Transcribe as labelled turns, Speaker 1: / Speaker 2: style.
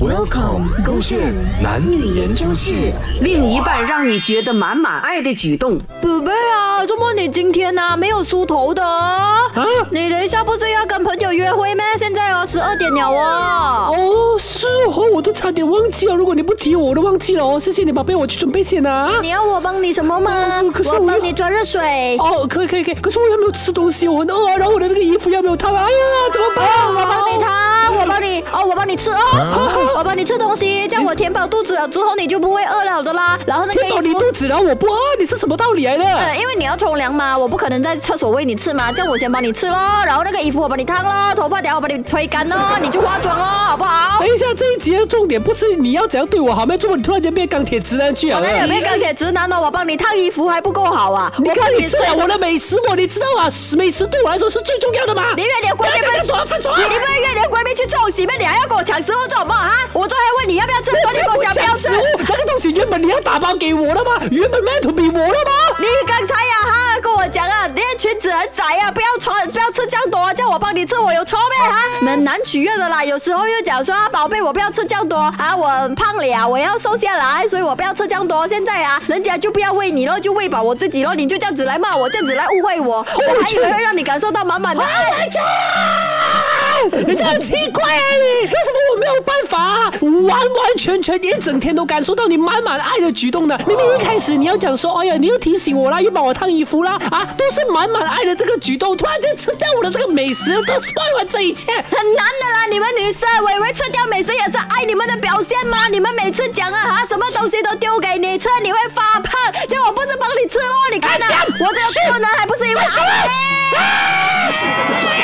Speaker 1: Welcome，勾线男女研究室。
Speaker 2: 另一半让你觉得满满爱的举动，
Speaker 3: 宝贝啊，怎么你今天呢、没有梳头的啊？你等一下不是要跟朋友约会吗？现在哦，十二点了哦。
Speaker 4: 哦，是哦，我都差点忘记了。如果你不提我，我都忘记了哦。谢谢你，宝贝，我去准备先啊。
Speaker 3: 你要我帮你什么吗？
Speaker 4: 哦可是我
Speaker 3: 我帮你装热水。
Speaker 4: 哦，可以可以可以，可是我又没有吃东西，我很饿啊。然后我的那个衣服又没有烫，哎呀，怎么办、
Speaker 3: 哦我帮你烫，我帮你哦，我帮你吃
Speaker 4: 啊
Speaker 3: 哦，我帮你吃东西，这样我填饱肚子了之后，你就不会饿了的啦。然后那个
Speaker 4: 贴到
Speaker 3: 衣
Speaker 4: 你
Speaker 3: 服
Speaker 4: 肚。子啊了，我不饿，你是什么道理来的？
Speaker 3: 呃，因为你要冲凉嘛，我不可能在厕所喂你吃嘛，这样我先帮你吃咯，然后那个衣服我帮你烫咯，头发等下我帮你吹干咯，你去化妆咯，好不好？
Speaker 4: 等一下，这一集的重点不是你要怎样对我好吗？怎么你突然间变钢铁直男去了？
Speaker 3: 我那两边钢铁直男呢，我帮你烫衣服还不够好啊？
Speaker 4: 你
Speaker 3: 我
Speaker 4: 看
Speaker 3: 帮
Speaker 4: 你吃
Speaker 3: 吹
Speaker 4: 了我的美食，我你知道啊，美食对我来说是最重要的嘛。
Speaker 3: 你越聊闺蜜
Speaker 4: 不要再
Speaker 3: 分
Speaker 4: 分手啊分手啊
Speaker 3: 你你不是越聊闺蜜去冲洗吗？你还要跟我抢食物做什么啊？我昨天问你要不要吃，昨天跟我讲不要吃
Speaker 4: 食。物那个东西原本你要打包给我的嘛，原本 meant to be 我的嘛。
Speaker 3: 你刚才呀、哈跟我讲啊，你的裙子很窄呀、啊不要穿，不要吃这样多、啊，叫我帮你吃，我有错咩哈？蛮难取悦的啦，有时候又讲说啊，宝贝，我不要吃这样多啊，我很胖了呀，我要瘦下来，所以我不要吃这样多。现在啊，人家就不要喂你咯，就喂饱我自己咯，你就这样子来骂我，这样子来误会我，我还以为会让你感受到满满的爱。
Speaker 4: 你这很奇怪啊你！为什么我没有办法、啊、完完全全一整天都感受到你满满爱的举动呢？明明一开始你要讲说，哎呀，你又提醒我啦，又帮我烫衣服啦，啊，都是满满爱的这个举动，突然间吃掉我的这个美食，都spoil 完这一切。
Speaker 3: 很难的啦，你们女生，我以为吃掉美食也是爱你们的表现吗？你们每次讲啊哈，什么东西都丢给你吃，你会发胖，结果我不是帮你吃咯，你看啊，我这个
Speaker 4: 是
Speaker 3: 不能还不是因为爱你。